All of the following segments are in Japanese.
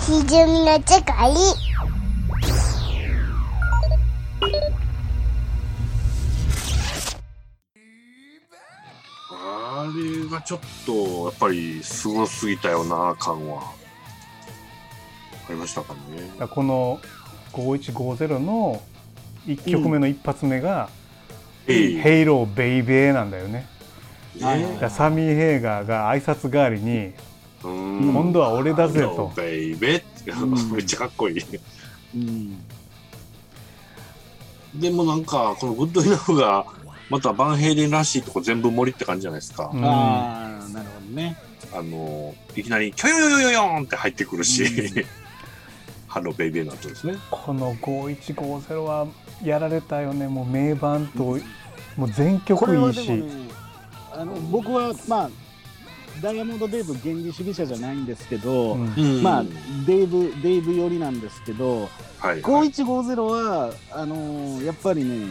基準の違いあれがちょっとやっぱりすごすぎたよな感はありましたかね。だからこの5150の1曲目の一発目が「ええヘイローベイベー」なんだよねはいだからサミー・ヘイガーが挨拶代わりに「今今度は俺だぜ」とベイベーってうんめっちゃかっこいい。うんでもなんかこのグッドイナフがまたバンヘイレンらしいとこ全部森って感じじゃないですか。うんああなるほどねあのいきなりキョヨヨヨヨヨーンって入ってくるし、うんハローベイベーの後ですね。この5150はやられたよねもう名盤ともう全曲いいし、ねあの僕はまあダイヤモンド・デーブ原理主義者じゃないんですけど、うんまあデイブデイブ寄りなんですけどはい、はい、 5150はあのーやっぱりね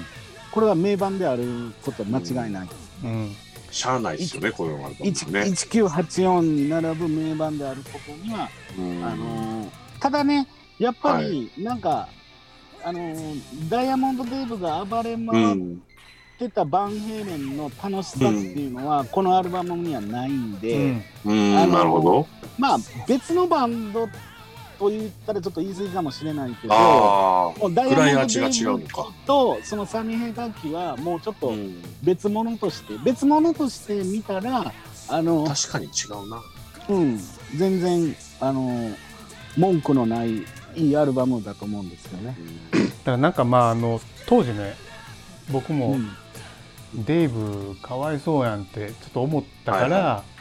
これは名盤であることは間違いない、うんしゃあないですよねこういうのがある一ね。 1984に並ぶ名盤であることにはうんあのーただね、やっぱりなんか、あのーダイヤモンド・デーブが暴れう回っんてたバンヘイレンの楽しさっていうのは、このアルバムにはないんで、うんうんあのなるほど。まあ別のバンドと言ったらちょっと言い過ぎかもしれないけど、あもうダあ、イヤモン暗いド・味デが違ーうブのか。とそのサミヘ楽器はもうちょっとうん別物として、別物として見たら、あのー確かに違うな。うん、全然、あのー文句のないいいアルバムだと思うんですよね。だからなんかまああの当時ね僕もうんデイブかわいそうやんってちょっと思ったから、はい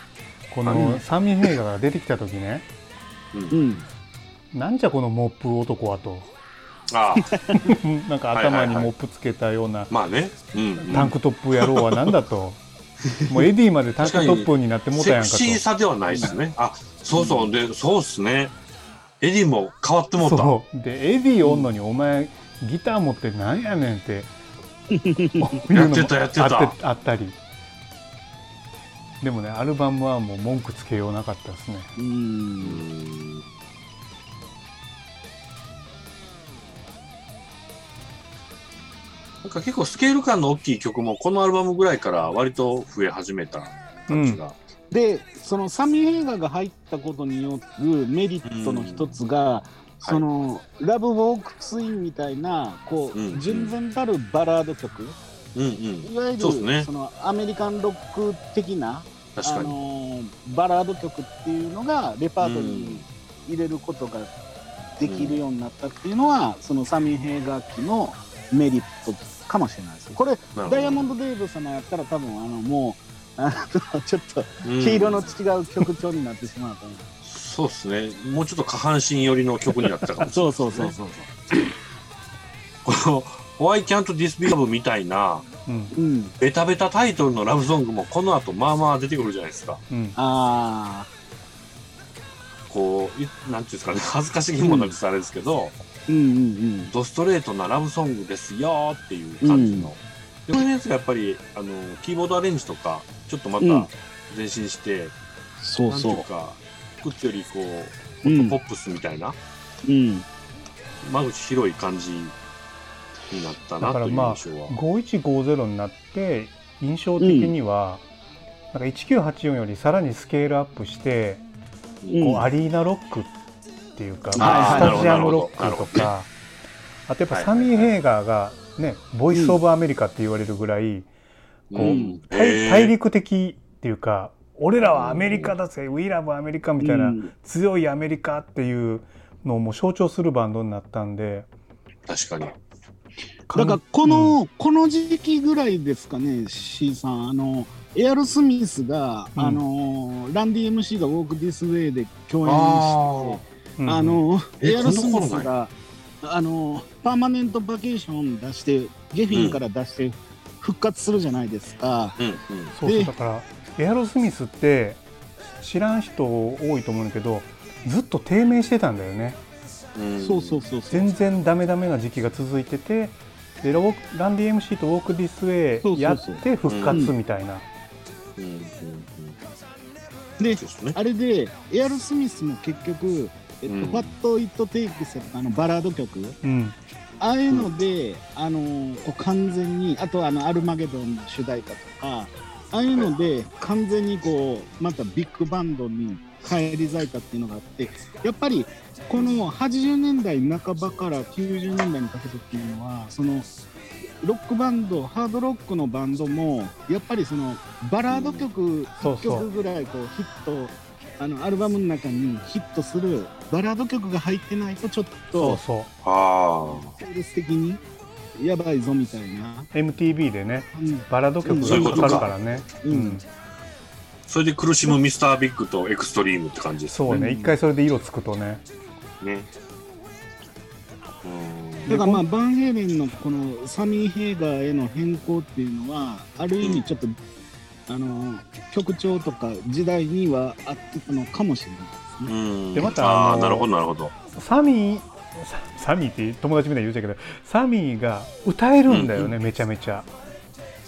こうのんサミー・ヘイガーが出てきた時ねうんなんじゃこのモップ男はと ああ、なんか頭にモップつけたようなまあね。うんうんタンクトップ野郎はなんだともうエディまでタンクトップになってもうたやんかとセクシーさではないですね。あ、そうそう、で、そうっすね。エディも変わってもうた。そうでエディおんのにお前ギター持ってなんやねんって やってたやってたあっあったりでもねアルバムはもう文句つけようなかったですねううんんなんか結構スケール感の大きい曲もこのアルバムぐらいから割と増え始めた感じが。でそのサミー映画が入ったことによるメリットの一つが、その、ラブ・ウォーク・ツインみたいなこう、うん純然たるバラード曲うんうん。いわゆるそうそ、ですねのアメリカンロック的な、確あかに。のーバラード曲っていうのがレパートリーに入れることができるようになったっていうのは、そのサミー・ヘイガー期のメリットかもしれないです。これダイヤモンド・デイブ様やったら多分あのもうあの ちょっとうん黄色の違う曲調になってしまうと思う、そうですね。もうちょっと下半身寄りの曲になったかもしれない、そうそうそうそう。この、Why Can't This Be Love みたいな、うんうん、ベタベタタイトルのラブソングもこの後まあまあ出てくるじゃないですか。うんあこう、いなんていうんですかね、恥ずかしげもなくさあれですけど、ーうんうんドストレートなラブソングですよっていう感じの。で、このやつがやっぱり、あの、キーボードアレンジとか、ちょっとまたうん前進して、うんそうなんてそいううか、こっちよりこうう、んポップスみたいな、うん間口広い感じになったなだからというまあ印象は。 5150になって印象的には、なんか1984よりさらにスケールアップして、うんこうアリーナロックっていうか、あースタジアムロなるックほどとか、あとやっぱはいサミー・ヘイガーが、ね、ボイス・オブ・アメリカって言われるぐらい、こう、うん大へー大陸的っていうか俺らはアメリカだぜ、ウィーラブアメリカみたいな、うん強いアメリカっていうのをもう象徴するバンドになったんで確かに。だからこの、この時期ぐらいですかね C さんあのエアロスミスが、うんあのランディ MC が「ウォーク・ディス・ウェイ」で共演しあてうんあの、えエアロスミスそんなことが、あの、パーマネントバケーション出して、ゲフィンから出して、復活するじゃないですか。あ。うんうん。そうそうでだからエアロスミスって知らん人多いと思うんだけどずっと低迷してたんだよねうんそうそうそうそう。全然ダメダメな時期が続いててでロボランディ MC とウォーク・ディス・ウそェうイやそうそうって復活みたいなうんうんうんでそうですね。あれで、エアロスミスも結局、えっとうん What It Takes とかあのバラード曲うんああいうので、あのーこう完全にあとあの「アルマゲドン」の主題歌とかああいうので完全にこうまたビッグバンドに返り咲いたっていうのがあってやっぱりこの80年代半ばから90年代にかけてっていうのはそのロックバンドハードロックのバンドもやっぱりそのバラード曲そう1そ曲うぐらいこうヒットあのアルバムの中にヒットするバラード曲が入ってないとちょっそとうそああ。セールス的にやばいぞみたいな、う MTV でねうんバラード曲がかかるからねううんんそれで苦しむミスタービッグとエクストリームって感じですそうねうん一回それで色つくとねね。だからまあバンヘイレンのこのサミー・ヘーガーへの変更っていうのはある意味ちょっと、あの曲調とか時代には合ってたのかもしれないですうね。ん。でまたあああー、のなるほど、なるほど。サミーササミーって友達みたいに言うちゃうけどサミーが歌えるんだよねめちゃめちゃあ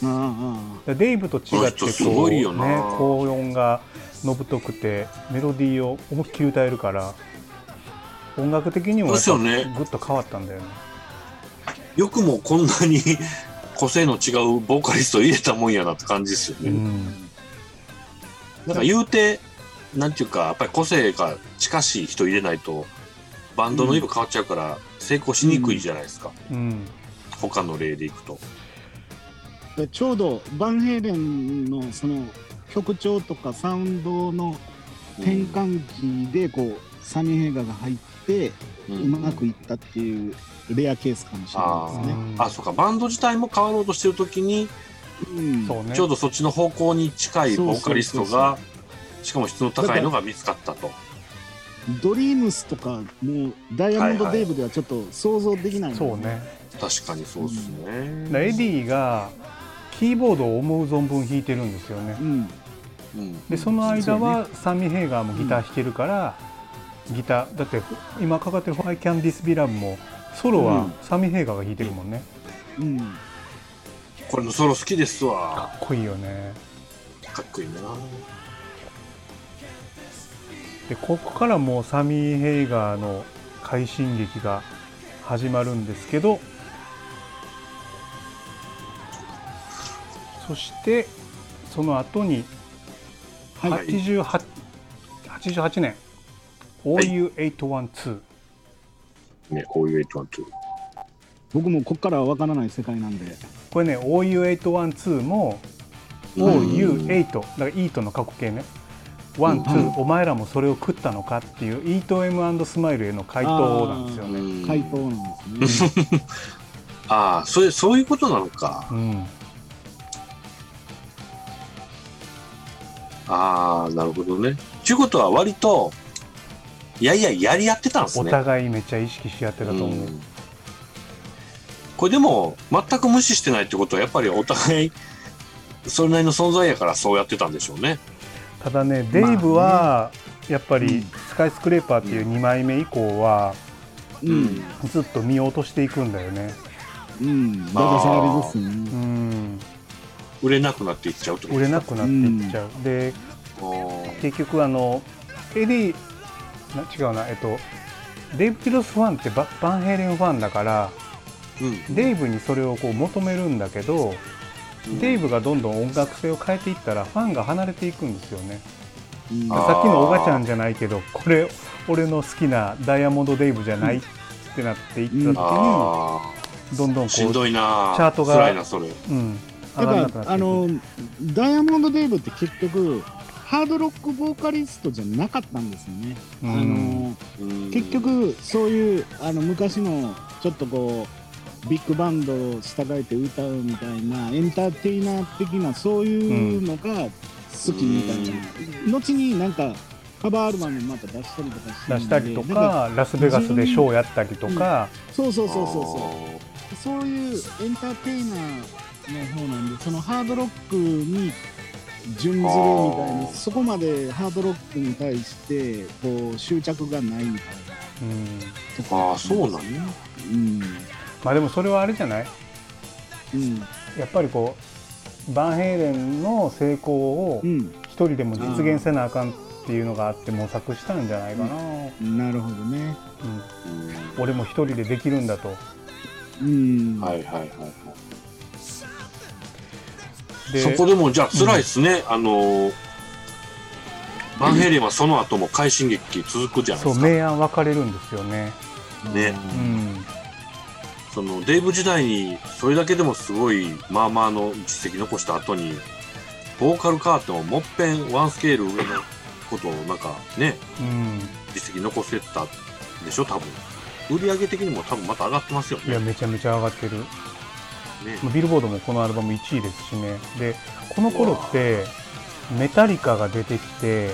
だからデイブと違ってこの人すこごういねよな高音がのぶとくてメロディーを思いっきり歌えるから音楽的にもやっぱそうですよねグッと変わったんだよねよくもこんなに 個性の違うボーカリスト入れたもんやなって感じですようね。んなんか言うて、なんていうか、やっぱり個性が近しい人入れないと、バンドの色変わっちゃうから、成功しにくいじゃないですか。うん他の例でいくと。あでちょうどバンヘイレンのその曲調とかサウンドの転換期でこうサミー・ヘーガーが入ってううんまくいったっていうレアケースかもしれあなあいですね。あ、そうか、バンド自体も変わろうとしてるときに、うんそうねちょうどそっちの方向に近いボーカリストそうそうが、しかも質の高いのが見つかったと。ドリームスとかもうダイヤモンド・デイブではちょっと想像できない、そうね確かにそうですね。だからエディがキーボードを思う存分弾いてるんですよねうんうんでその間はサミー・ヘイガーもギター弾けるから、ギターだって今かかってる「I Can This Be Love」もソロうはんサミー・ヘイガーが弾いてるもんね、うんこれのソロ好きですわ。かっこいいよねかっこいいな。でここからもうサミー・ヘイガーの快進撃が始まるんですけどそしてその後にはい、はい 88,、88年「い OU812」ね、こういう812。僕もここからは分からない世界なんでこれね OU812 もうん OU8 だから EAT の過去形ねワン、ツうんー、お前らもそれを食ったのかっていうイート M& スマイルへの回答なんですよね。うん回答なんですね、ああ、それ、そういうことなのか。うん、ああ、なるほどね。ちゅうことは割と、いやいや、やり合ってたんですおね。互いめっちゃ意識し合ってたと思う。うんこれでも、全く無視してないってことは、やっぱりお互い、 それなりの存在やからそうやってたんでしょうね。ただね、デイブはやっぱりスカイスクレーパーっていう2枚目以降はうんうんずっと見落としていくんだよね。うんだから触りですようねん、売れなくなっていっちゃうってこと売れなくなっていっちゃう。であー結局あのエディな違うなえっとデイブ・ティロスファンってババンヘイレンファンだからうんデイブにそれをこう求めるんだけど、デイブがどんどん音楽性を変えていったらファンが離れていくんですよねうんあーさっきの「オガちゃん」じゃないけどこれ俺の好きなダイヤモンド・デイブじゃないってなっていった時にああ。どんどんこしんう、どいなチャートが辛いなそれうん、だらなかくなってらいくあのダイヤモンド・デイブって結局ハードロックボーカリストじゃなかったんですよね、うんあの結局そういうあの昔のちょっとこうビッグバンドを従えて歌うみたいなエンターテイナー的なそういうのが好きみたいな、後になんかカバーアルバムまた出したりとかしてる出んでしたりとなんかラスベガスでショーやったりとか、そうそううそうそうそううそういうエンターテイナーの方なんでそのハードロックに準ずるみたいなあーそこまでハードロックに対してこう執着がないみたいなうんとこああそうなんやうんまあでもそれはあれじゃないうんやっぱりこうバンヘイレンの成功をうん一人でも実現せなあかんっっていうのがあって模索したんじゃないかな、うんなるほどね俺も一人でできるんだとうん、はいはいはいはい。でそこでもじゃあ辛いですね、あのバンヘイレンはその後も快進撃続くじゃないそでうすか明暗分かれるんですよね、ねうん、そのデーブ時代にそれだけでもすごいまあまあの実績残した後にボーカルカーテンをもっぺんワンスケール上のことをなんかねうん、実績残せたでしょ多分売り上げ的にも多分また上がってますよいねやねめちゃめちゃ上がってるまあビルボードもこのアルバム1位ですしねでこの頃ってメタリカが出てきて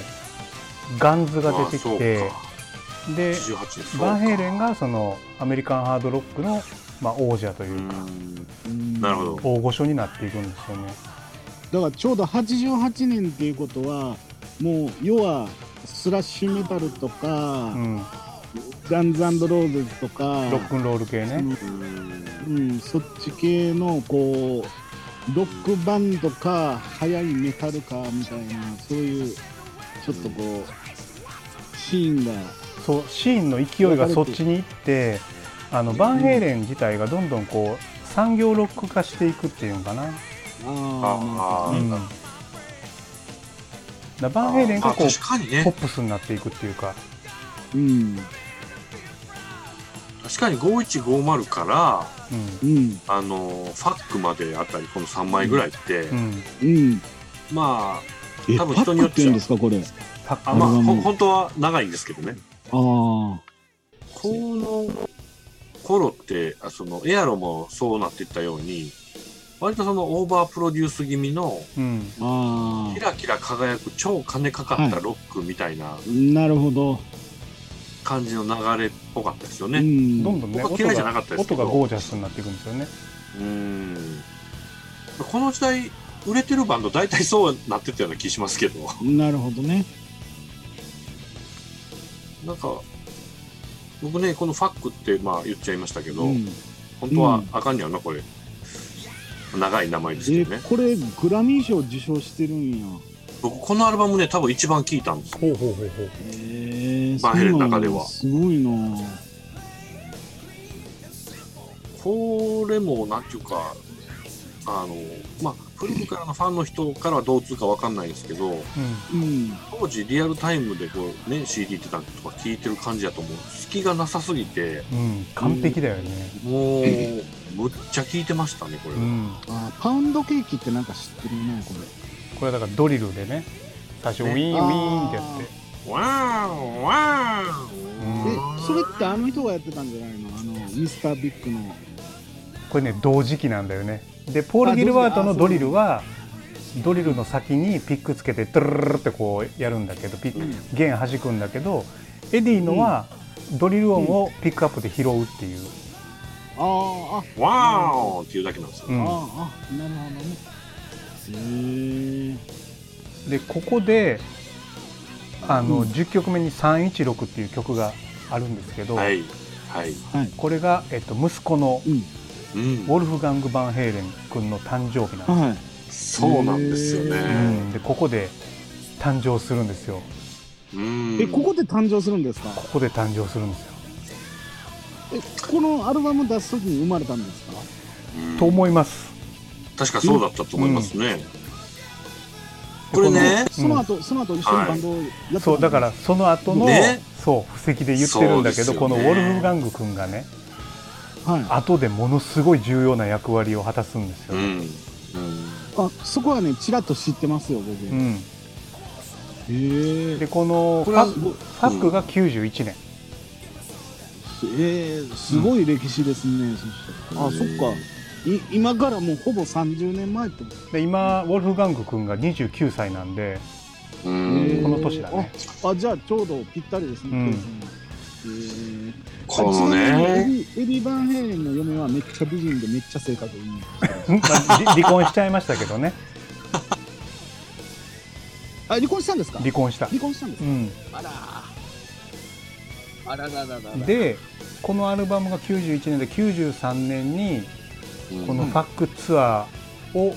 ガンズが出てきてまあでそうか18ですバンヘイレンンがそのアメリカンハードロックの、まあ、王者というかうんなるほど大御所になっていくんですよねだからちょうど88年っていうことはもう要はスラッシュメタルとか、うんガンズローズとかロックンロール系ねうん、そっち系のこうロックバンドか速いメタルかみたいなそういうちょっとこう、シーンがそうシーンの勢いがそっちに行ってあのバンヘイレン自体がどんどんこう産業ロック化していくっていうのかな、あああーうん、だからバンヘイレンがこう確かにポッねプスになっていくっていうかうん確かに5150からううんあのファックまであたりこの3枚ぐらいって、んうんうんまえ多分パ人によッっクちってゃいうんですかこれパッああクまあアルバムほ本当は長いんですけどねあこの頃ってあそのエアロもそうなっていったように割とそのオーバープロデュース気味のうんああキラキラ輝く超金かかったロックみたいなあなるほど、感じの流れっぽかったですようね。んどんどんね僕は音嫌いじゃがなかったですけ音どがゴージャスになっていくんですよねうんこの時代売れてるバンド大体そうなってたような気しますけど なるほどねなんか僕ねこの「ファック」ってまあ言っちゃいましたけど、うん本当はうんあかんやなこれ長い名前ですけえどねこれグラミー賞受賞してるんや僕このアルバムね多分一番聴いたんですよほうほうほうほうえー、バンヘイレンの中ではそうなんやすごいなこれもなんていうかあのまあ古くからのファンの人からはどう通かわかんないですけどううん当時リアルタイムでこうね CD ってたりとか聴いてる感じだと思う隙がなさすぎてん、うん、完璧だよねもうむっちゃ聴いてましたねこれうは、んあパウンドケーキってなんか知ってるねこれこれだからドリルでね最初ウィーンウィーンってやってわーんわーんえそれってあの人がやってたんじゃないのあのミスタービッグのこれね同時期なんだよねでポール・ギルバートのドリルはドリルの先にピックつけてドゥルルルってこうやるんだけどピッ弦弾くんだけどエディのはドリル音をピックアップで拾うっていう、あーわーんっていうだけなんですよ、うあ、んあーあなるほどねでへここであの、うん10曲目に「316」っていう曲があるんですけど、はいはい、えはいこれが、えっと、息子のうんうんウォルフガング・バンヘイレン君の誕生日なんです、はいそうなんですようねん、でここで誕生するんですようんえここで誕生するんですかここで誕生するんですよえこのアルバム出す時に生まれたんですかうんと思います確かそうだったと思いますね、うんこれねその後、その後一緒にバンドをやってたそうだからその後の、ねそう布石で言ってるんだけそど、うですよねこのウォルフガング君がねはいあ後でものすごい重要な役割を果たすんですよ、うん、うんそこはねちらっと知ってますよ僕、うへんえでこのこフれはァすごいファックが91年、えー、すごい歴史ですね、そしたらあそっかい今からもうほぼ30年前ってことで今ウォルフガング君が29歳なんでうんへーこの年だねああじゃあちょうどぴったりですね、うんへーこのあちなみねにエディエディ・バンヘイレンの嫁はめっちゃ美人でめっちゃ性格いいんですよまあり離婚しちゃいましたけどねあ離婚したんですか離婚した、離婚したんですうか、ん、あらーあらららららでこのアルバムが91年で93年にこのファックツアーを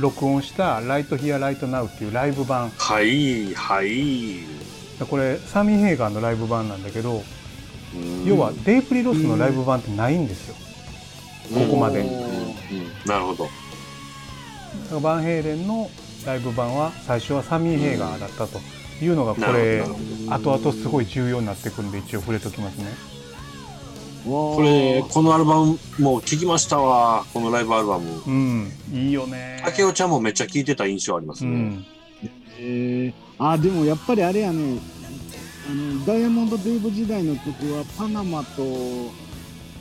録音した「ライト・ヒア・ライト・ナウ」っていうライブ版はいはい、これサミー・ヘイガーのライブ版なんだけどうん要はデイプリ・ロスのライブ版ってないんですよここまでうんうんなるほどだからバンヘイレンのライブ版は最初はサミー・ヘイガーだったというのがこれなるほど後々すごい重要になってくるんで一応触れときますねここれこのアルバムもう聴きましたわこのライブアルバムうんいいよね竹尾ちゃんもめっちゃ聴いてた印象ありますうね、んえー、あでもやっぱりあれやねあのダイヤモンド・デイブ時代の曲はパナマと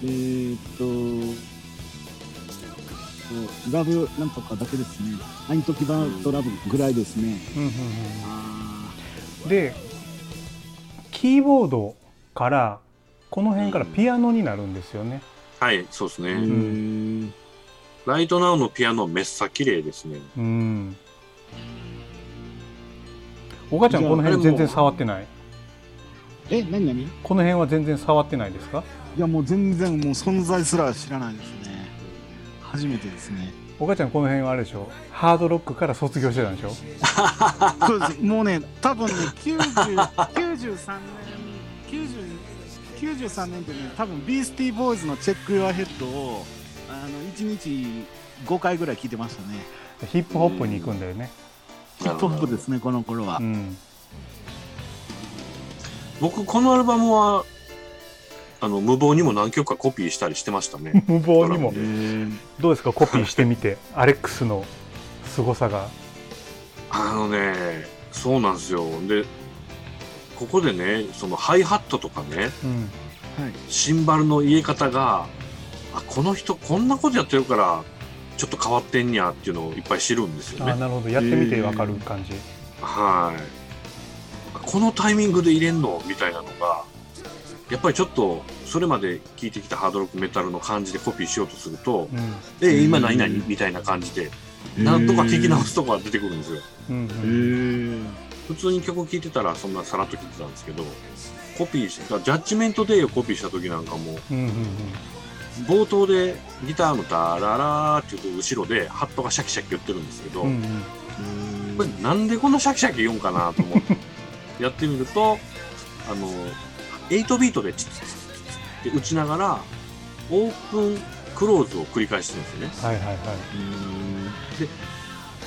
えーっとそうラブなんとかだけですねあの時バとラブぐらいですねうんうんあうんでキーボードからこの辺からピアノになるんですよね、はいそうですね、ーうんライトナウのピアノめっさ綺麗ですねうん。お母ちゃん、こじのゃああれ辺も全然触ってない。え何何いこの辺は全然触ってないですか。やもう全然もう存在すら知らないですね初めてですねお母ちゃん、この辺はあれでしょハードロックから卒業してたんでしょそうですもうね、多 分ね、90 93年、90 93年ってね、多分ビースティーボーイズのチェック・ヨア・ヘッドを、あの1日5回ぐらい聞いてましたね、ヒップホップに行くんだよね。ヒップホップですね、この頃はう。ん。僕このアルバムはあの無謀にも何曲かコピーしたりしてましたね無謀にもド。どうですか、コピーしてみて、アレックスの凄さが。あのねそうなんですよでここでねそのハイハットとかねうん。シンバルの入れ方があこの人こんなことやってるからちょっと変わってんにゃっていうのをいっぱい知るんですよあー、ねなるほど、やってみてわかる感じ。はいこのタイミングで入れんのみたいなのがやっぱりちょっとそれまで聴いてきたハードロックメタルの感じでコピーしようとするとうん。 「え今何々?」みたいな感じでなんとか聞き直すとこが出てくるんですようんへうん。ー普通に曲聴いてたらそんなさらっと聴いてたんですけどコピーしたジャッジメントデイをコピーした時なんかもうんうん冒頭でギターの「ダララ」っていうと後ろでハットがシャキシャキ言ってるんですけど、うん。うんうん。これなんでこんなシャキシャキ言うんかなと思ってやってみるとあの8ビートでチッチッチッチッチッって打ちながらオープンクローズを繰り返してるんですよねはいはいはい。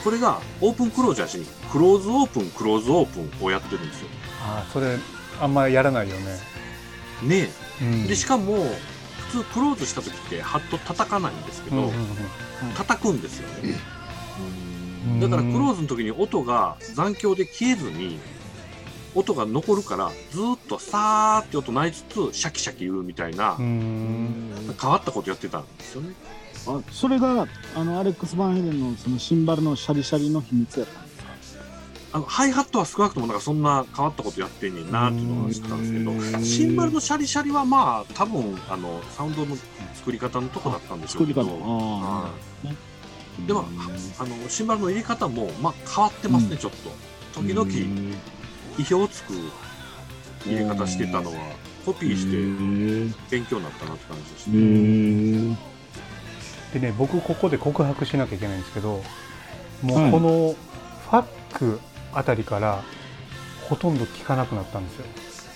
これがオープンクローズやしにクローズオープンクローズオープンをやってるんですよああ、それ、あんまやらないよね。ねうん。えでしかも普通クローズした時ってハット叩かないんですけうんど、うん叩くんですよねうん。だからクローズの時に音が残響で消えずに音が残るからずーっとさーって音鳴りつつシャキシャキ言うみたいなうーん変わったことやってたんですよね。あそれがあのアレックス・バンヘレンのそのシンバルのシャリシャリの秘密やったんですかあのハイハットは少なくともなんかそんな変わったことやってんねんなっていうのは知ってたんですけどシンバルのシャリシャリはまあ多分あのサウンドの作り方のとこだったんでしょ作うけりど方あはいーでもあのシンバルの入れ方もまあ変わってますね、うんちょっと時々意表をつく入れ方してたのはコピーして。て勉強になったなって感じですうね。ーんでね僕ここで告白しなきゃいけないんですけどもはういこのファックあたりからほとんど聞かなくなったんです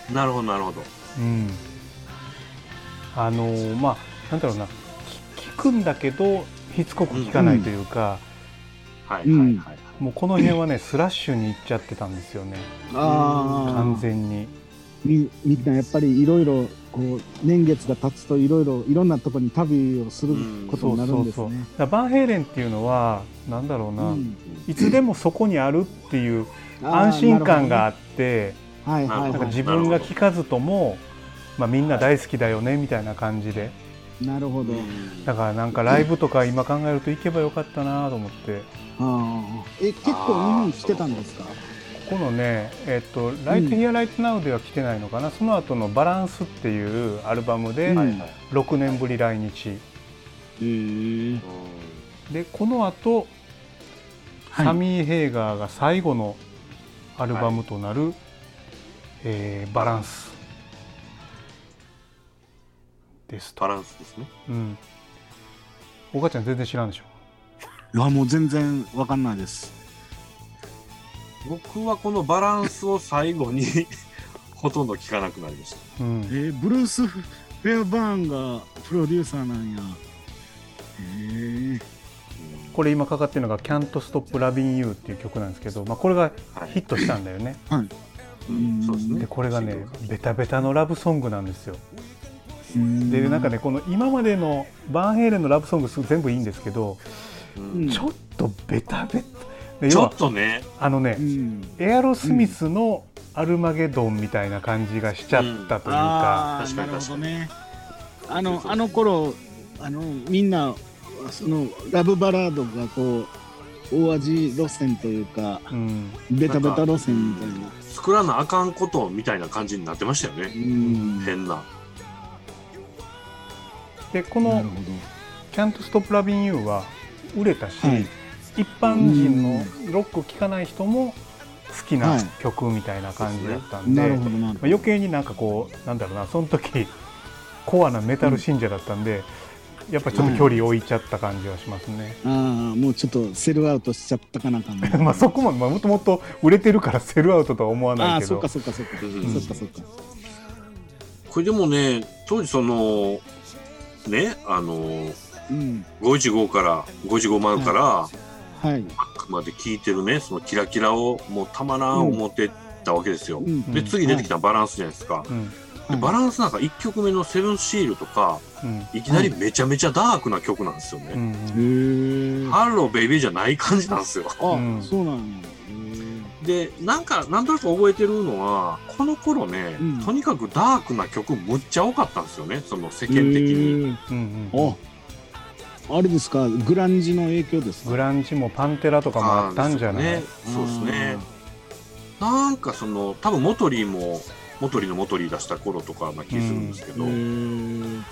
よ。なるほどなるほど。うん、あのーまあなんだろうなき聞くんだけどしつこく聞かないというか、はいはいうんはいはい。もうこの辺はねスラッシュに行っちゃってたんですよねあー完全に。みみんなやっぱりいろいろこう年月が経つといろいろいろんなところに旅をすることになるんですうんね。だからバンヘイレンっていうのはなんだろうな、うんいつでもそこにあるっていうあー安心感がなあって。るほどねはいはいなんかは自分が聞かずとも、まあ、みんな大好きだよねみたいな感じでい。なるほど。だからなんかライブとか今考えると行けばよかったなと思ってあーえ結構日本来てたんですか。ここのね「えっと、ライト・ヒア・ライト・ナウ」では来てないのかな、その後の「バランス」っていうアルバムでうん6年ぶり来日、えでこの後、サミー・ヘイガーが最後のアルバムとなる「えーバランス」ですとバランスですね。うん。お母ちゃん全然知らんでしょ。いやもう全然わかんないです僕はこのバランスを最後に ほとんど聞かなくなりましたうんえー、ブルース・フェアバーンがプロデューサーなんやえー、うんこれ今かかってるのが「Can't Stop Loving You」っていう曲なんですけど、まあ、これがはヒットしたんだよねうんそうですねでこれがねシングルベタベタのラブソングなんですようーんでなんかねこの今までのバンヘイレンのラブソングす全部いいんですけどうんうんちょっとベタベタでち要ょっはとねあのねうんエアロスミスの「アルマゲドン」みたいな感じがしちゃったというか、あー確かになるほどねあそうのそうあの頃あのみんなそのラブバラードがこう大味路線というかうん、ベタベタ路線みたいな作らなあかんことみたいな感じになってましたようねんなる変なでこほの「Can't Stop Loving You」は売れたし、どはい一般人のロックを聴かない人も好きな曲みたいな感じだったんで、なるほどなるまあほど余計になんかこうなんだろうなその時コアなメタル信者だったんで、やっぱちょっと距離置いちゃった感じはしますね。 ああもうちょっとセルアウトしちゃったかなか まあそこも、まあ、もともと売れてるからセルアウトとは思わあなあいーけそっどかそっかそっか、うんそっかそっかこれでもね当時そのねあのうん515から5150から、はいまで聞いてるねそのキラキラをもうたまらん思ってたわけですよ、うんで次出てきたのバランスじゃないですか、うんはいバランスなんか1曲目の「セブンシール」とかうんいきなりめちゃめちゃダークな曲なんですようね、んへえあハローベイビーじゃない感じなんですようんそうなんやへでなんかなんとなく覚えてるのはこの頃ね、うんとにかくダークな曲むっちゃ多かったんですよねその世え間的に、へえうんうんああれですかグランジの影響ですかグランジもパンテラとかもあったんじゃない、ねそうですねなんかその多分モトリーもモトリーのモトリー出した頃とかな気するんですけうど、んへ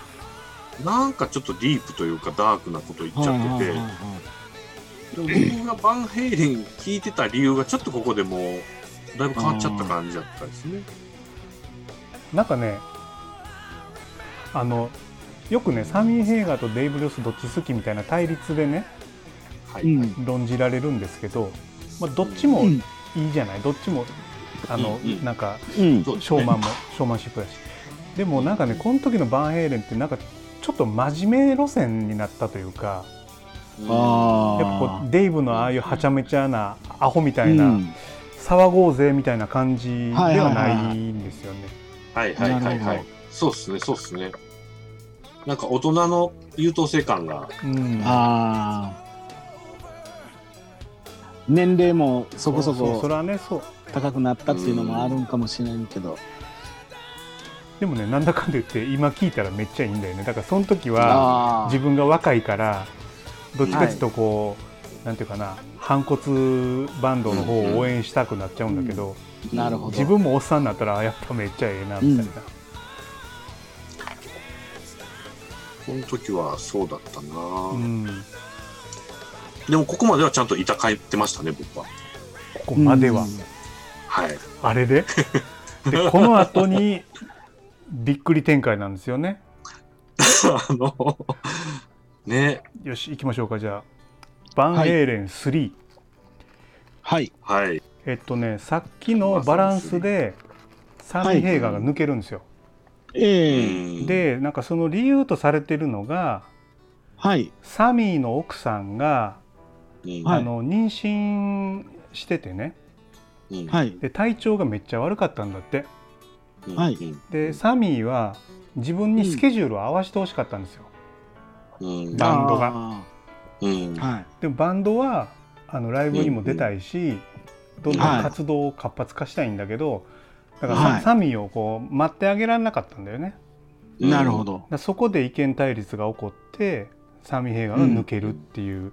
えなんかちょっとディープというかダークなこと言っちゃはっいてはいはいはて、でも僕がバンヘイレン聞いてた理由がちょっとここでもうだいぶ変わっちゃった感じだったですね。なんかねあのよくねサミー・ヘイガーとデイブ・ロスどっち好きみたいな対立でねはいい、うはいん論じられるんですけど、まあ、どっちもういんいじゃないどっちもあの、うんうんなんかうんそうですショねーマンもショーマンシップだしでもなんかねこの時のバンヘイレンってなんかちょっと真面目路線になったというかやっぱこあうデイブのああいうはちゃめちゃなアホみたいな、うん騒ごうぜみたいな感じでははいなはいいんですよね。はいはいはいはいなるほどそうですねそうですね。なんか大人の優等生感がうんああ年齢もそこそそうそうそこれはねそう高くなったっていうのもあるんかもしれんけどでもねなんだかんだ言って今聞いたらめっちゃいいんだよねだからその時はあ自分が若いからどっちかっていうとこう、なんていうかな反骨バンドの方を応援したくなっちゃうんだけど、あなるほど自分もおっさんになったらあやっぱめっちゃええなみたいな、この時はそうだったな、うんでもここまではちゃんと板変えてましたね僕は。ここまでは、うんはい。あれ ででこの後にびっくり展開なんですよねあのねよし行きましょうかじゃあバンヘイレン3、はいはい。えっとねさっきのバランスでサミー・ヘイガーが抜けるんですよ、ええうん、でなんかその理由とされてるのがはいサミーの奥さんが、うんはいあの妊娠しててねうんはいで体調がめっちゃ悪かったんだってうんはいうんでサミーは自分にスケジュールを合わせてほしかったんですよ、うんバンドがあうんーはいでもバンドはあのライブにも出たいし、どんどん活動を活発化したいんだけど、だからさ、はいサミーをこう待ってあげられなかったんだよねうんなるほどだからそこで意見対立が起こってサミー・ヘイガーが抜けるっていう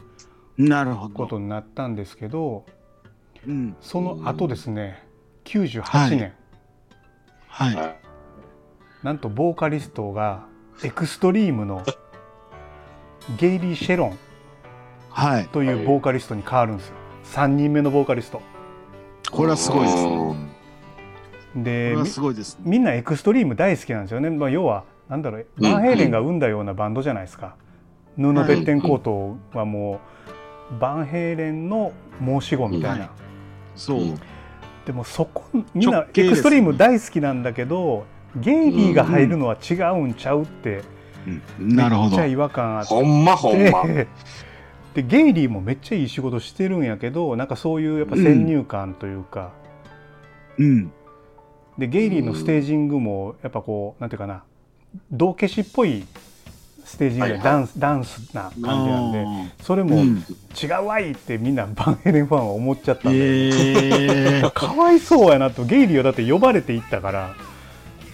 なるほこどとになったんですけど、うんその後ですね98年、ははいはなんとボーカリストがエクストリームのゲイリー・シェロンはいというボーカリストに変わるんですよ3人目のボーカリストこれはすごいですねうこんでれはみすごいですねみんなエクストリーム大好きなんですよね、まあ、要はなんだろううんバンヘイレンが生んだようなバンドじゃないですか、布てっぺんコートはもうバンヘイレンの申し子みたいな、はいそう、うんでもそこみんな直径エですクストリーム大好きなんだけどゲイリーが入るのは違うんちゃうって、なめるほっちどゃ違和感あってほんまほんま。でゲイリーもめっちゃいい仕事してるんやけどなんかそういうやっぱ先入観というか、うんでゲイリーのステージングもやっぱこうなんていうかな道化師っぽいステージングはでいはいダンス,、ダンスな感じなんであそれーもうん違うわいってみんなバンヘレンファンは思っちゃったんで、え ーかわいそうやなとゲイリーはだって呼ばれていったから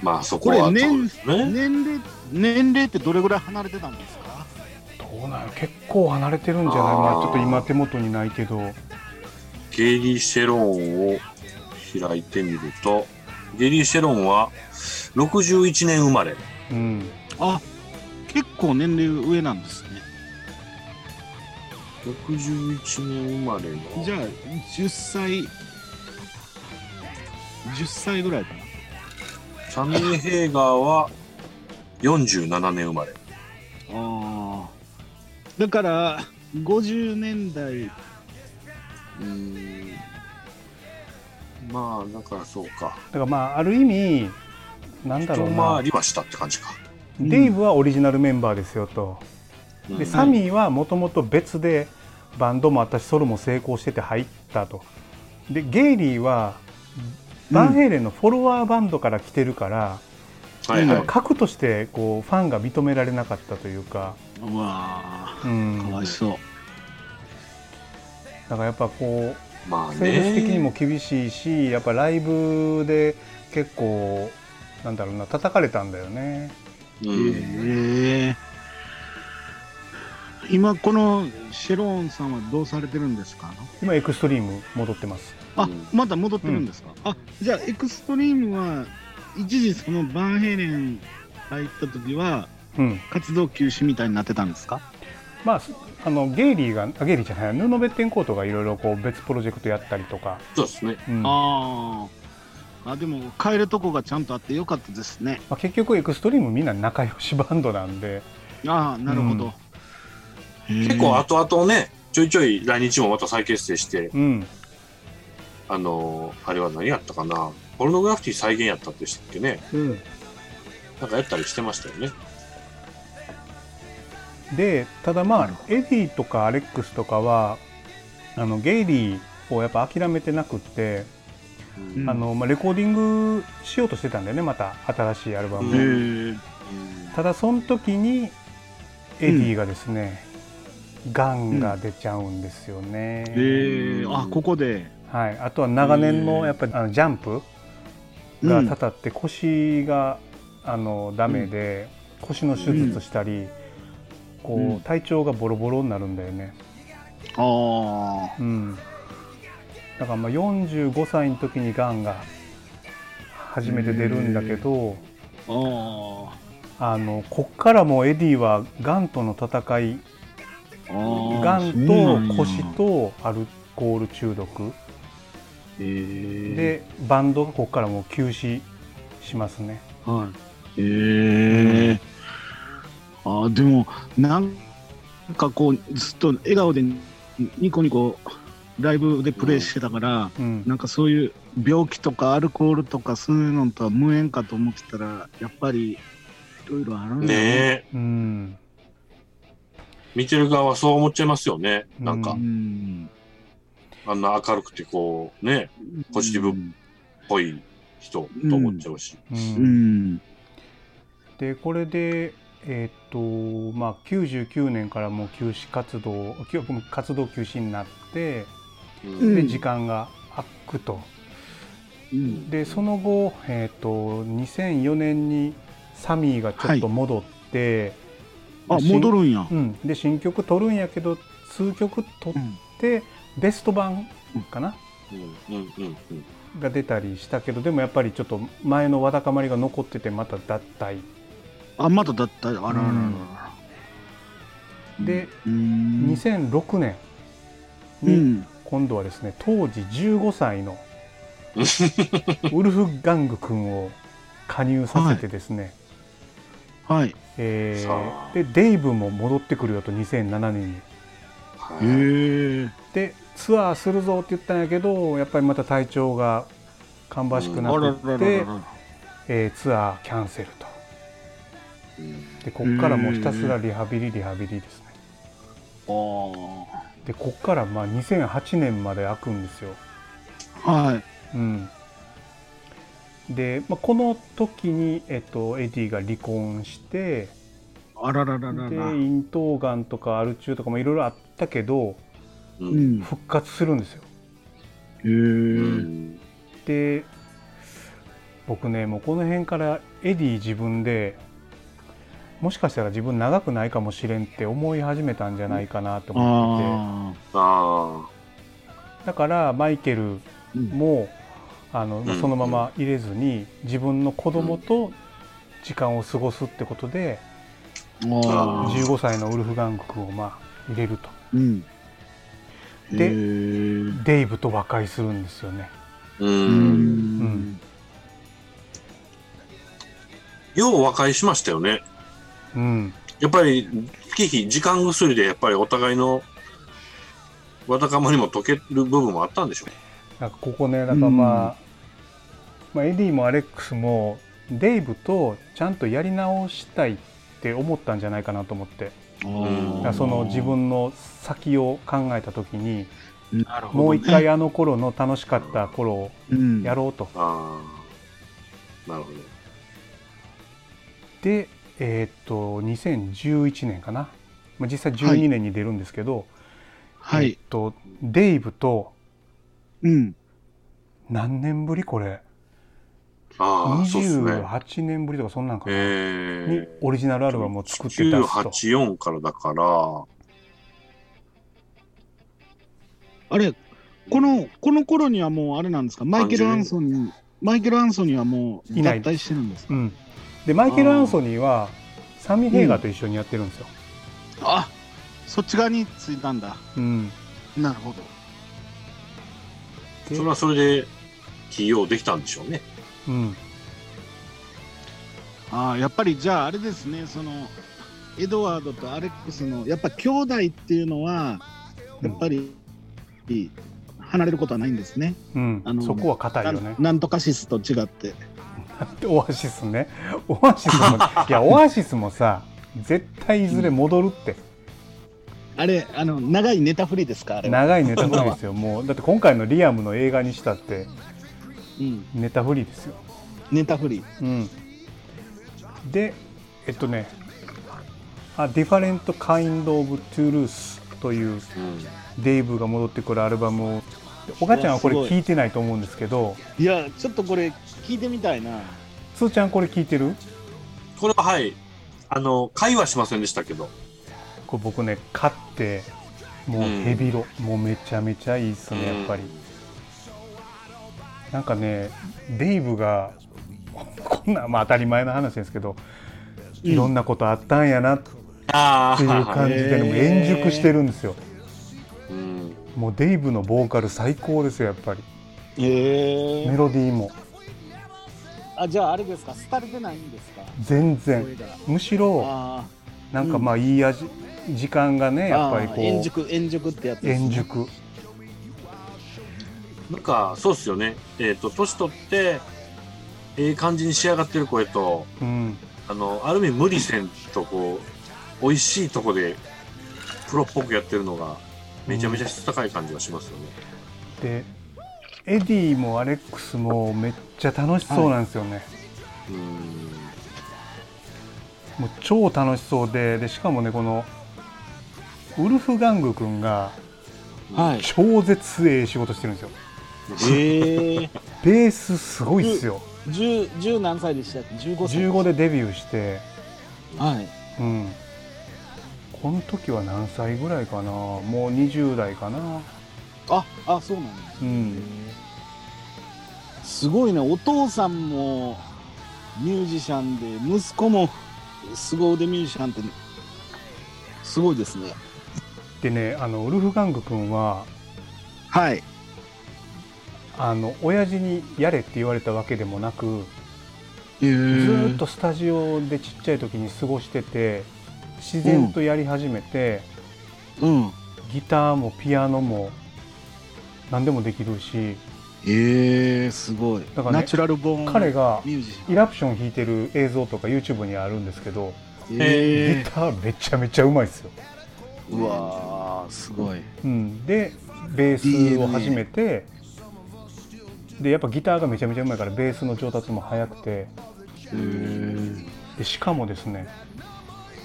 まあそここれはそうで年すね。年齢年齢ってどれぐらい離れてたんですかどうなの結構離れてるんじゃないあーまあちょっと今手元にないけどゲイリー・シェロンを開いてみると、ゲイリー・シェロンは61年生まれ。うんあ結構年齢上なんですね61年生まれの。じゃあ10歳10歳ぐらいかなサミー・ヘーガーは47年生まれ。あーだから50年代うーん。まあ、だからそうか。だからまあある意味なんだ一ろう回なりはしたって感じか。うんデイブはオリジナルメンバーですよと。うんでサミーはもともと別でバンドもあったしソロも成功してて入ったとでゲイリーはバンヘイレンのフォロワーバンドから来てるから、はいはい。核としてこうファンが認められなかったというか、うわうーかん、わいそうだからやっぱこまあうね。生物的にも厳しいしやっぱライブで結構なんだろうな叩かれたんだよねうん。ええ今このシェローンさんはどうされてるんですか今エクストリーム戻ってますあ、うんまだ戻ってるんですか、あじゃあエクストリームは一時そのバンヘイレン入った時はうん活動休止みたいになってたんですかまああのゲイリーがあゲイリーじゃない布ベッテンコートがいろいろこう別プロジェクトやったりとか、そうですね。うんあーあでも帰るとこがちゃんとあってよかったですねまあ、結局エクストリームみんな仲良しバンドなんでああなるほど、へー結構後々ね、ちょいちょい来日もまた再結成して、うんあのーあれは何やったかな。ポルノグラフィティ再現やったってしたっけね。うんなんかやったりしてましたよね。でただまなあるほエディとかアレックスとかはあのゲイリーをやっぱ諦めてなくって、うんうんあのまあ、レコーディングしようとしてたんだよねまた新しいアルバムを、うへんーただその時にエディがですね、ガンが出ちゃうんですよね、えー、あここではい、あとは長年のやっぱりあのジャンプがたたって腰があのダメで腰の手術したりうこんう体調がボロボロになるんだよね、ああうん、だからまあ45歳の時にがんが初めて出るんだけどああのこっからもうエディはがんとの戦いあがんと腰、とアルコール中毒えー、、でバンドがこっからもう休止しますねはい、えー、あーでもなんかこうずっと笑顔でニコニコライブでプレイしてたから、うんなんかそういう病気とかアルコールとかそういうのとは無縁かと思ってたらやっぱりいろいろあるんだねねえ、うん見てる側はそう思っちゃいますよね。なんうかう、んあんな明るくてこう、ね、ポジティブぽい人と思っちゃうし。ううんんでこれで、えーっとまあ、99年からもう休止活動きゅ活動休止になってうんでうん時間が空くとうんでその後、えーっと2004年にサミーがちょっと戻って、あ戻るんや、うん、で新曲取るんやけど数曲取うんってベスト版かな、うんうんうんうんが出たりしたけどでもやっぱりちょっと前のわだかまりが残っててまた脱退あまだだったあらあらあらあらでうん2006年うに、ん今度はですね当時15歳 のウルフ・ガング君を加入させてですね、はいえーさあでデイブも戻ってくるよと2007年にははいへえでツアーするぞって言ったんやけどやっぱりまた体調が芳しくなってって、えーツアーキャンセルとうんでこっからもうひたすらリハビリリハビリですねでこっからまあ2008年まで開くんですよ、はいうん、で、まあ、この時に、えっと、エディが離婚してあららららでら咽頭がんとかアル中とかもいろいろあったけどううんんへ復活するんですよえで僕ねもうこの辺からエディ自分でもしかしたら自分長くないかもしれんって思い始めたんじゃないかなと思っていて。ああだからマイケルあうんも、あのんそのまま入れずに自分の子供と時間を過ごすってことで、あー15歳のウルフ・ガング君をまあ入れるとうんでへーデイブと和解するんですよねーううんんよう和解しましたよねうんやっぱり月日時間薬でやっぱりお互いのわだかまりも溶ける部分もあったんでしょなんかここねなんかまあ、まあ、エディもアレックスもデイブとちゃんとやり直したいって思ったんじゃないかなと思ってあうんだかーらその自分の先を考えた時になるほどねもう一回あの頃の楽しかった頃をうんやろうとああなるほどで、えーっと2011年かな、まあ、実際12年に出るんですけど、はえーいっとデイブとうん何年ぶりこれああそうっすね28年ぶりとかそんなんかな、にええオリジナルアルバムを作って出すと984からだからあれこのこの頃にはもうあれなんですかマイケル・アンソニーマイケル・アンソニーはもういない脱退してるんですかうん、でマイケル・アンソニーはサミ・ヘイガーと一緒にやってるんですよ、あそっち側についたんだうんなるほどでそれはそれで起用できたんでしょうねうんああやっぱりじゃああれですねそのエドワードとアレックスのやっぱ兄弟っていうのはやっぱり離れることはないんですね、うんあのそこは硬いなよんね。なんとかシスと違ってで オアシスね。オアシスも、いや、オアシスもさ、絶対いずれ戻るって。あれあの長いネタフリですかあれは、長いネタフリですよ もうだって今回のリアムの映画にしたってうん、ネタフリですよ、ネタフリうん、でえっとね「あディファレント・カインド・オブ・トゥ・ルース」といううんデイブが戻ってくるアルバムをお母ちゃんはこれいやすご聞いてないと思うんですけどいやちょっとこれ聞いてみたいなつーちゃんこれ聞いてるこれははいあの会話しませんでしたけどこれ僕ね買ってもうヘビロ、もうめちゃめちゃいいっすねやっぱり、なんかねデイブがこんなまあ当たり前の話ですけどいろんなことあったんやなってあいう感じで、うんもう円熟してるんですようんもうデイブのボーカル最高ですよやっぱりへメロディーもあじゃああれですか廃れてないんですか全然声がむしろあなんかまあいい味時間がねあやっぱりこうああ円熟円熟ってやつですね円熟なんかそうっすよねえっ、と年取ってええ感じに仕上がってる声とうんあのある意味無理せんとこう美味しいとこでプロっぽくやってるのがめちゃめちゃ質高い感じがしますよね、でエディもアレックスもめっちゃ楽しそうなんですよね、うんもう超楽しそうででしかもねこのウルフ・ガング君がはい超絶ええ仕事してるんですよへえベースすごいっすよ十十何歳でしたっけ15歳15でデビューしてはいうんこの時は何歳ぐらいかなもう20代かなああそうなんだうんすごいねお父さんもミュージシャンで息子も凄腕ミュージシャンってすごいですねでねあのウルフ・ガング君ははいあの親父にやれって言われたわけでもなくずずーっとスタジオでちっちゃい時に過ごしてて自然とやり始めて、うんギターもピアノも何でもできるしえー、すごい、だからねナチュラルボーン彼がミュージシャイラプション弾いてる映像とか YouTube にあるんですけどンギえターめちゃめちゃうまいですよ、ー、うわーすごいうん、でベースを始めてでやっぱギターがめちゃめちゃうまいからベースの上達も早くてえーでしかもですね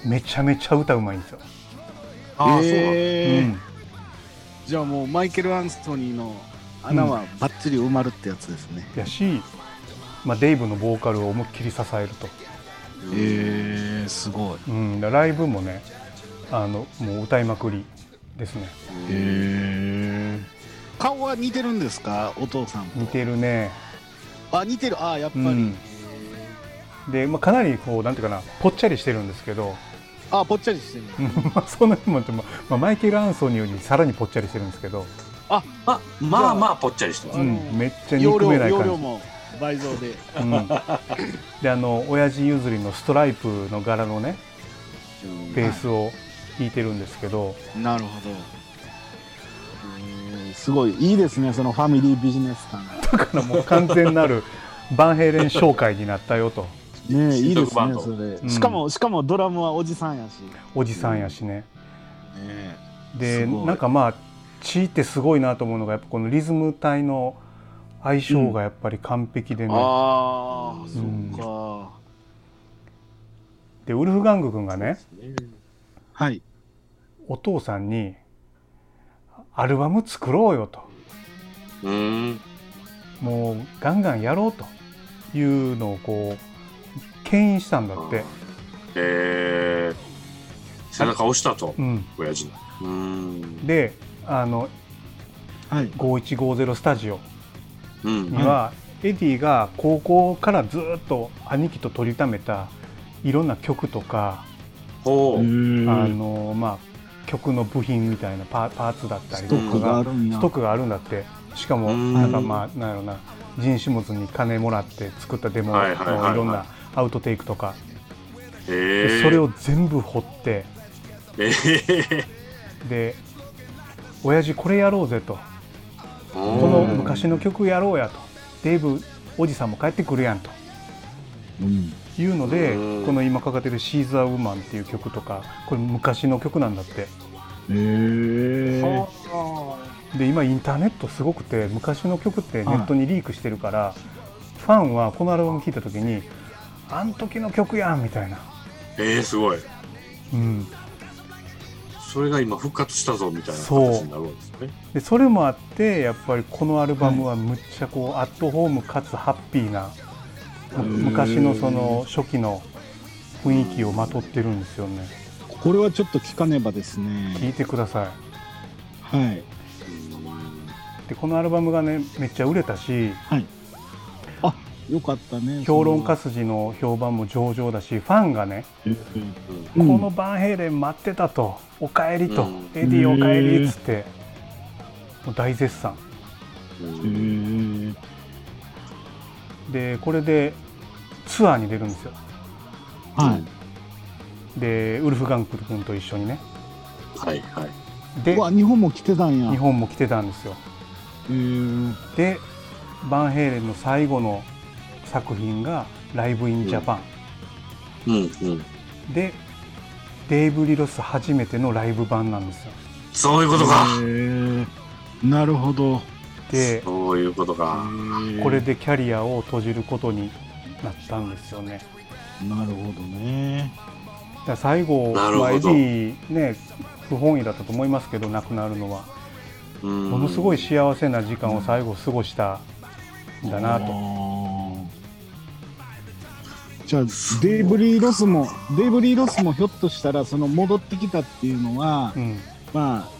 めちゃめちゃ歌うまいんですよ、ああ、そうなんだえーうんじゃあもうマイケル・アンストニーの穴はバッチリ埋まるってやつですね、やし、まあ、デイブのボーカルを思いっきり支えると、えー、すごいうん、だからライブもねあのもう歌いまくりですねへえ顔は似てるんですかお父さんと似てるね、あ似てるあやっぱうり、ん、で、まあ、かなりこうなんていうかなぽっちゃりしてるんですけど、 あぽっちゃりしてるうんまあ、そんなにもっても、まあ、マイケル・アンソニーよりさらにぽっちゃりしてるんですけど、まあまあまあぽっちゃりしてますうあのん、めっちゃ容憎量めない容量感も倍増でじ、うん、であの親父譲りのストライプの柄のねベースを弾いてるんですけど、なるほどうんすごいいいですねそのファミリービジネス感がだからもう完全なるバンヘイレン紹介になったよとねえいいですバンねドそれ、んしかもしかもドラムはおじさんやし、ねおじさんやしね。え、ですごいなんかまあ地ってすごいなと思うのがやっぱこのリズム体の相性がやっぱり完璧でね、ああ、んそっかでウルフ・ガング君がねはいお父さんに「アルバム作ろうよ」とうーん「もうガンガンやろう」というのをこう牽引したんだって、えー、背中押したとうん、親父のうーんであのはい5150スタジオうんには、エディが高校からずっと兄貴と取りためたいろんな曲とか、ほうあのまあ、曲の部品みたいなパパーツだったりスとトかックがあるんやストックがあるんだってしかもうんなんかまあなんやろな人種物に金もらって作ったデモのはいはいはいはいいろんなアウトテイクとか、えでー、それを全部掘ってえー、で親父これやろうぜとここの昔の曲やろうやとデイブおじさんも帰ってくるやんとうんいうのでうんこの今かかってる「シーザーウーマン」っていう曲とかこれ昔の曲なんだってへえで今インターネットすごくて昔の曲ってネはいットにリークしてるから、ファンはこのアルバム聴いた時に「あん時の曲やん」みたいな、えー、すごいうん、それが今復活したぞみたいな形になるんですねでそれもあってやっぱりこのアルバムはむっちゃこう、アットホームかつハッピーなむうん昔のその初期の雰囲気をまとってるんですよねこれはちょっと聞かねばです聴ねいてくださはいいでこのアルバムがねめっちゃ売れたしあよかったね評論家筋の評判も上々だしファンがねそのうんうんこのバンヘイレン待ってたと、おかえりと、うんエディおかえりっつって、もう大絶賛。うんうんへえで、これでツアーに出るんですよ。はで、ウルフ・ガンクル君と一緒にね。はいはいいでう、わ日本も来てたんや日本も来てたんですよ。へーで、バンヘイレンの最後の作品が、ライブ・イン・ジャパうんうんン。で、デイブ・リロス初めてのライブ版なんですよ。そういうことかへーなるほどで、そういうことかここれでキャリアを閉じることになったんですよね。なるほどねだから最後なるほどまあエディね不本意だったと思いますけど亡くなるのはもものすごい幸せな時間を最後過ごしたんだなあと、ーじゃあデイブリー・ロスもデイブリー・ロスもひょっとしたらその戻ってきたっていうのは、うん、まあ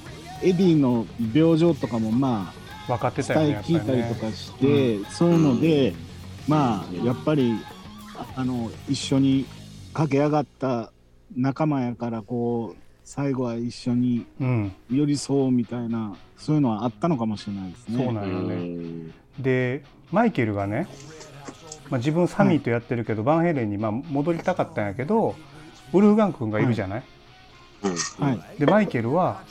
エディの病状とかもまあ分かってたよね伝えやっぱり聞いたりとねかして、そういうので、まあやっぱりああの一緒に駆け上がった仲間やからこう最後は一緒にうん寄り添うみたいなそういうのはあったのかもしれないですね。そううなんよねんでマイケルがね、まあ、自分サミーとやってるけど、バンヘイレンにまあ戻りたかったんやけどウルフガン君がいるじゃない、うんはい、でマイケルは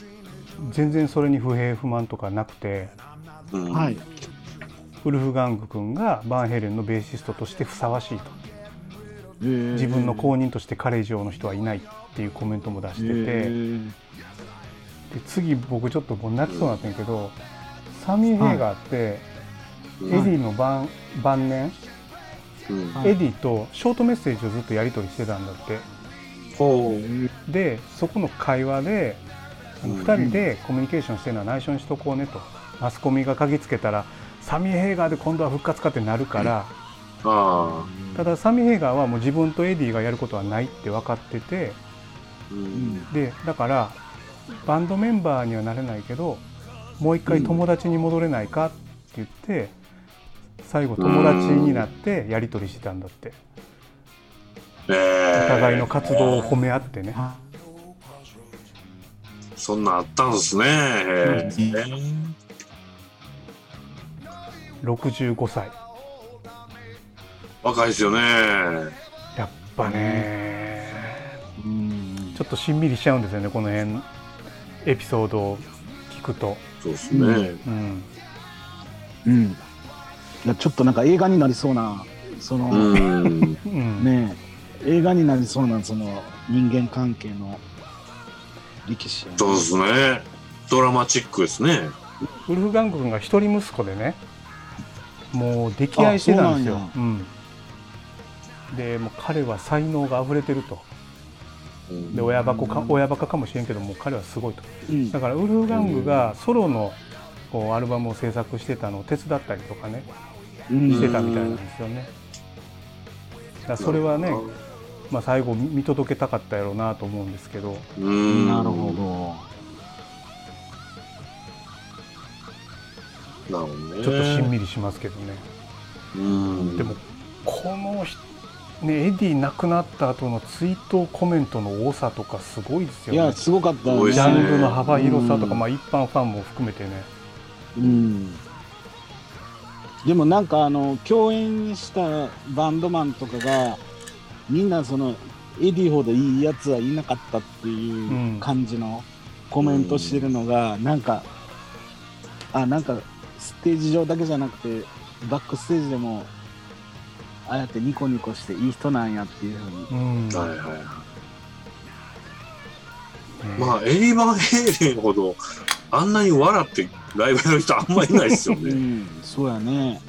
全然それに不平不満とかなくてうんはい、ウルフ・ガング君がバンヘイレンのベーシストとしてふさわしいと自自分の公認として彼以上の人はいないっていうコメントも出してて、で次僕ちょっともう泣きそうになってんけど、サミー・ヘイガーって、うんエディの晩晩年、うんはいエディとショートメッセージをずっとやり取りしてたんだってほでそこの会話であのうん2人でコミュニケーションしてるのは内緒にしとこうねとマスコミが嗅ぎつけたらサミー・ヘイガーで今度は復活かってなるから、うああただサミー・ヘイガーはもう自分とエディがやることはないって分かっててうんでだからバンドメンバーにはなれないけどもう一回友達に戻れないかって言って最後友達になってやり取りしてたんだってえおえ互いの活動を褒め合ってねはそんなんあったんですねへえ65歳若いですよねやっぱねうんちょっとしんみりしちゃうんですよねこの辺エピソードを聞くと、そうですねうん、うんいやちょっとなんか映画になりそうなその、うんうんねえ映画になりそうなその人間関係の力士やねそうですねドラマチックですねウルフ・ガング君が一人息子でねもう溺愛してたんですよあそううんでもう彼は才能が溢れてるとうんで親バカかうん親バカかもしれんけどもう彼はすごいとうんだからウルフ・ガングがソロのこうアルバムを制作してたのを手伝ったりとかねうんしてたみたいなんですよねだからそれはね、まあ、最後見届けたかったやろうなと思うんですけどうんなるほなるほどねちょっとしんみりしますけどねうんでもこのひねエディ亡くなった後の追悼コメントの多さとかすごいですどよいねやすごかった多いよでジすャンねルの幅広さとか、うんまあ、一般ファンも含めてねうんでもなんかあの共演したバンドマンとかがみんなそのエディほどいいやつはいなかったっていう感じのコメントしてるのが、なんかあなんかステージ上だけじゃなくてバックステージでもああやってニコニコしていい人なんやっていうふうにうん、はいはいねはいまあエリー・バンヘイレンほどあんなに笑ってライブやる人あんまりいないですよう ねん、そうやね。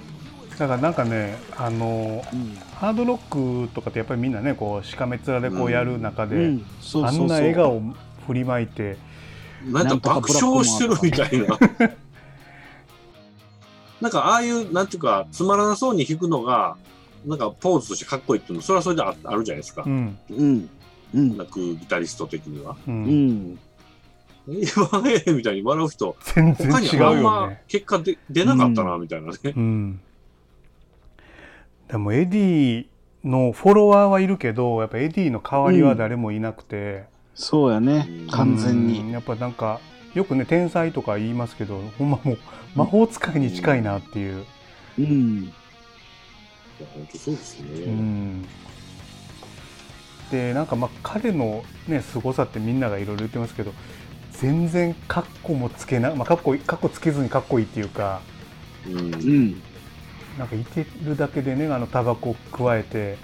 だからなんかねあのうん。ハードロックとかってやっぱりみんなねこうしかめっ面でこうやる中で、うん、そうそうあそうんな笑顔振りまいてなんか爆笑してるみたいな。 なんかああいう、なんていうか、つまらなそうに弾くのが、なんかポーズとしてかっこいいっていうの、それはそれでああるじゃないですかう。んうん。うん。なくギタリスト的には。う、うんん。今ええみたいに笑う人、全然他に違うあんよまね結果で出なかったな、みたいなね。うんでもエディのフォロワーはいるけどやっぱエディの代わりは誰もいなくて、そうやねうん。完全うんに。やっぱなんかよくね天才とか言いますけどほんまもう魔法使いに近いなっていう、うん。いや、本当そうですうね。んでなんかまあ彼のね凄さってみんながいろいろ言ってますけど全然カッコもつけな、まあ、カッコカッコつけずにかっこいいっていうかうん。うん。なんかいてるだけでねあのタバコ加えて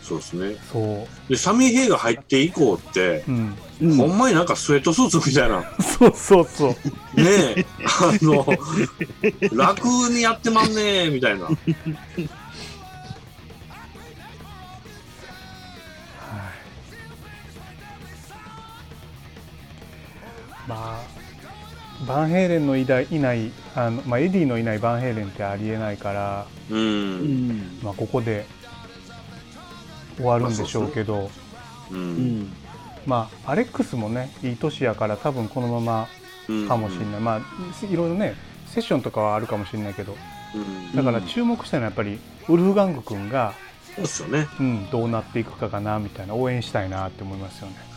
そうですね。そで、サミー・ヘイが入って以降って、う、 うん、うんほんまになんかスウェットスーツみたいな、ねそうそうそうえ、あの、楽にやってまんねえ、みたいな。まあバンヘイレンのいないいないあの、まあ、エディのいないバンヘイレンってありえないから、う。うんん。まあ、ここで終わるんでしょうけど、う。うんん。まあ、アレックスもねいい年やから多分このままかもしれない、まあ、いろいろねセッションとかはあるかもしれないけどうんだから注目したいのはやっぱりウルフ・ガング君が、そうですよね。うん、どうなっていくかかなみたいな応援したいなって思いますよね。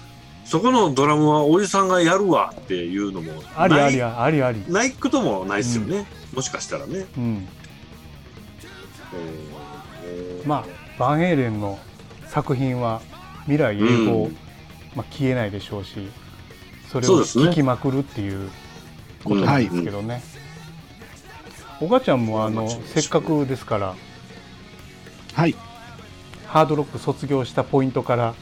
そこのドラムはおじさんがやるわっていうのもないありありありあり、ないこともないですよね、もしかしたらね。うん、えーまあバンヘイレンの作品は未来永劫、うんまあ、消えないでしょうしそれそうをですね聞きまくるっていうことうんなはいんですけどね。おがちゃんもあのそうなんですせよっかくですからはいハードロック卒業したポイントから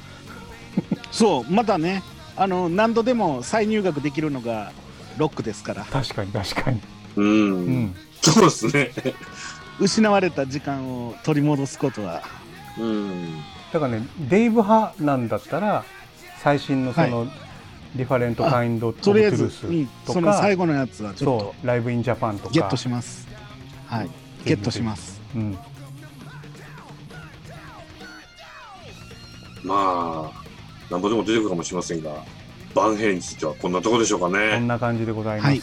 そうまたねあの何度でも再入学できるのがロックですから確かに確かに、うんう。ん、そうですね。失われた時間を取り戻すことはうん。だからねデイブ派なんだったら最新のその、リファレントカインドとりあえず、スうんとそのか最後のやつはちょっとそうライブインジャパンとかゲットしますはいゲットしますうん、まあ、なんぼでも出てくるかもしれませんが、バンヘイについてはこんなとこでしょうかこんね。な感じでございます、はい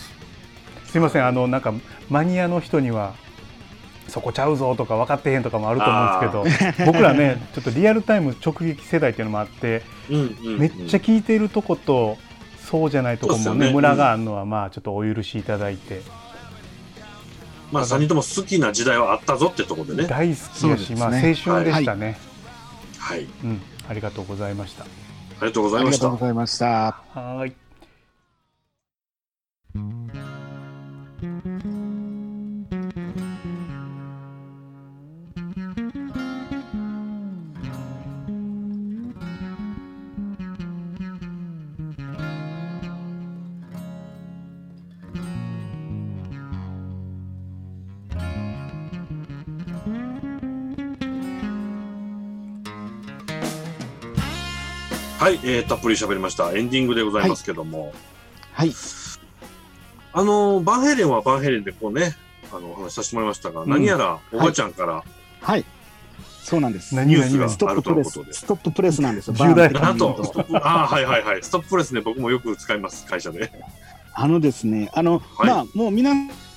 すいませんあのなんかマニアの人にはそこちゃうぞとか分かってへんとかもあると思うんですけど 僕らねちょっとリアルタイム直撃世代っていうのもあってうんうんうんめっちゃ聞いてるとことそうじゃないとこそもうっすねよねムラがあるのはまあちょっとお許しいただいてまあ、3人とも好きな時代はあったぞってとこでね。大好きやし、まあそ青うで春ですしたね、はい。うんありがとうございましたありがとうござあいりまがしとうたご。ざいましたはーいはい、えー、たっぷり喋りました。エンディングでございますけども、はいあのーバンヘイレンはバンヘイレンでこうね、あの、お話しさせてもらいましたが、ん何やら、おばちゃんから、はいそうなんです何ニュース何がストあッるプとプのレことスで。ストッププレスなんですよ重大バーあンと、ストップ、あーはいはいはい。ストッププレスね、僕もよく使います、会社で。あのですね、あの、はいまあ、もう皆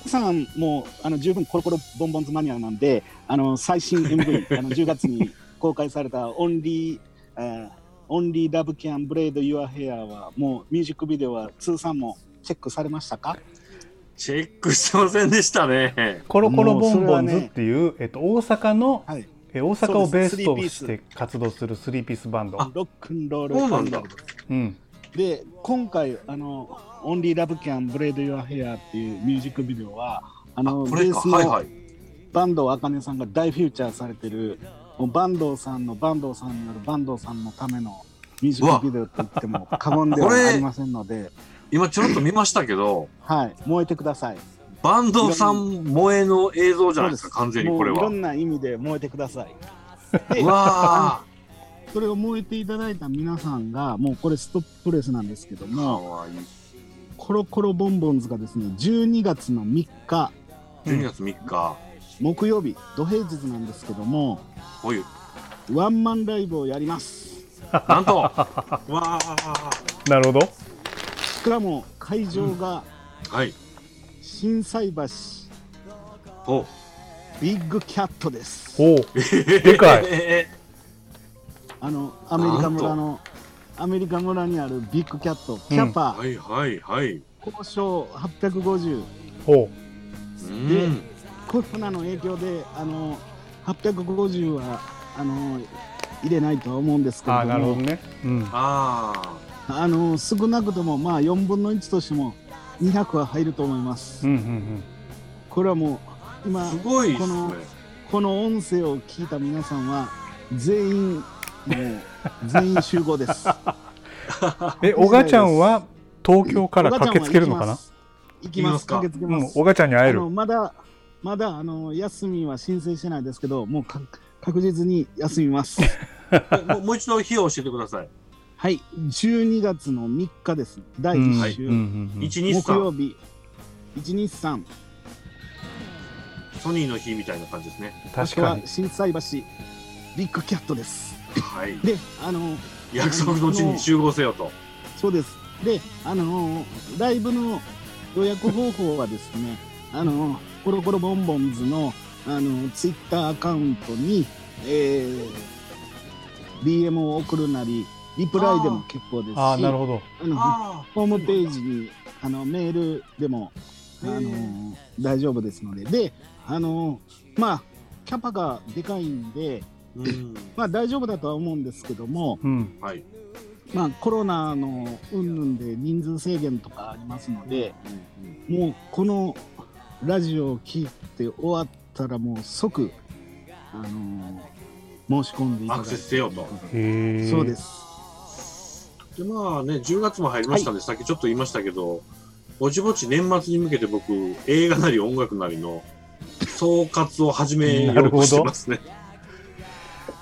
さんも、あの、十分コロコロボンボンズマニアなんで。あの、最新 MV、あの、10月に公開されたオンリー。あーオンリーラブキャンブレードユアヘアは、もうミュージックビデオは通算もチェックされましたか。チェックしてませんでしたね。コロコロボンボンズもうそれはっねていう、えっと、大阪の、はい。え大阪をベースそうとですしスリーて活動するスリーピースバンドあロックンロール。そうなんだ。うん、で今回あの「オンリーラブキャンブレード・ユア・ヘア」っていうミュージックビデオはあこのベれーか、スはいはのい。坂東あかねさんが大フューチャーされてるもう坂東さんの坂東さんによる坂東さんのためのミュージックビデオと言って も過言ではこれありませんので、今ちょろっと見ましたけど、はい、燃えてください。バンドさん萌えの映像じゃないですか、完全にこれもういろは。んな意味で燃えてください。うわそれを燃えていただいた皆さんがもうこれストッププレスなんですけどー。かもわいい。コロコロボンボンズがですね12月の3日12月3日、木曜日土平日なんですけどもおい、ワンマンライブをやります。なんとわあなるほどしかも会場がはい。心斎橋おビッグキャットです。おう でかいい。あのアメリカ村のアメリカ村にあるビッグキャットキャパ、はいはいはい。交渉850おううん。コロナの影響であの850はあの入れないとは思うんですけれあーどなるほもどね、うん、ああの少なくともまあ4分の1としても200は入ると思います、うんうんこれはもうあ、今すごいでこすね。のこの音声を聞いた皆さんは全員もう全員集合です うんえ小賀ちゃんは東京から駆けつけるのかな行き行きまますすか駆けつけうまんす、小賀ちゃんに会えあるのまだまだあの休みは申請してないですけども うか確実に休みますもうもう一度日を教えてください。はい12月の3日です第1週、うんうんうん一日木曜三日123ソニーの日みたいな感じですね。確場か所には心斎橋ビッグキャットですはい。であの約束のうちに集合せよと。そうです。で、あのーライブの予約方法はですね、 あのーコロコロボンボンズの、あのツイッター Twitter アカウントに、えー DM を送るなり、リプライでも結構ですし、ああなるほどあのあホームページにあのメールでも、あのへー大丈夫ですので、で、あのーまあ、キャパがでかいんで、あ。うん。まあ大丈夫だとは思うんですけども、うんはい。まあ、コロナの云々で人数制限とかありますので、もうこのラジオを聞いて終わったらもう即、あのー申し込んでいたアだいクてセスせよと。へえそうですで、まあね、10月も入りましたんで、さっきちょっと言いましたけど、ぼちぼち年末に向けて僕、映画なり音楽なりの総括を始めようとしてますね。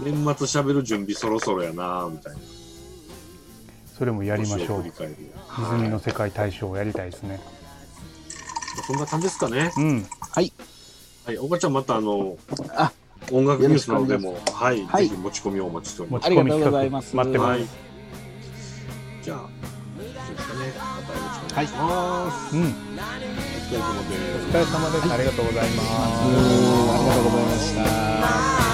年末喋る準備そろそろやなぁみたいな。それもやりまし年ょをう振り返る。泉の世界大賞をやりたいですねそんな感じですかね。うんはい、おばちゃんまたあの、あ音楽ニュースなどでもよ、はい、はいぜひ持ち込みをお待ちしており持まち込みありがとうござ企い画ます待ってす。まはすい。じゃあ、そうですかね。またよろしくお願いします。うんということでお疲れ様ですありがとうございますありがとうございました。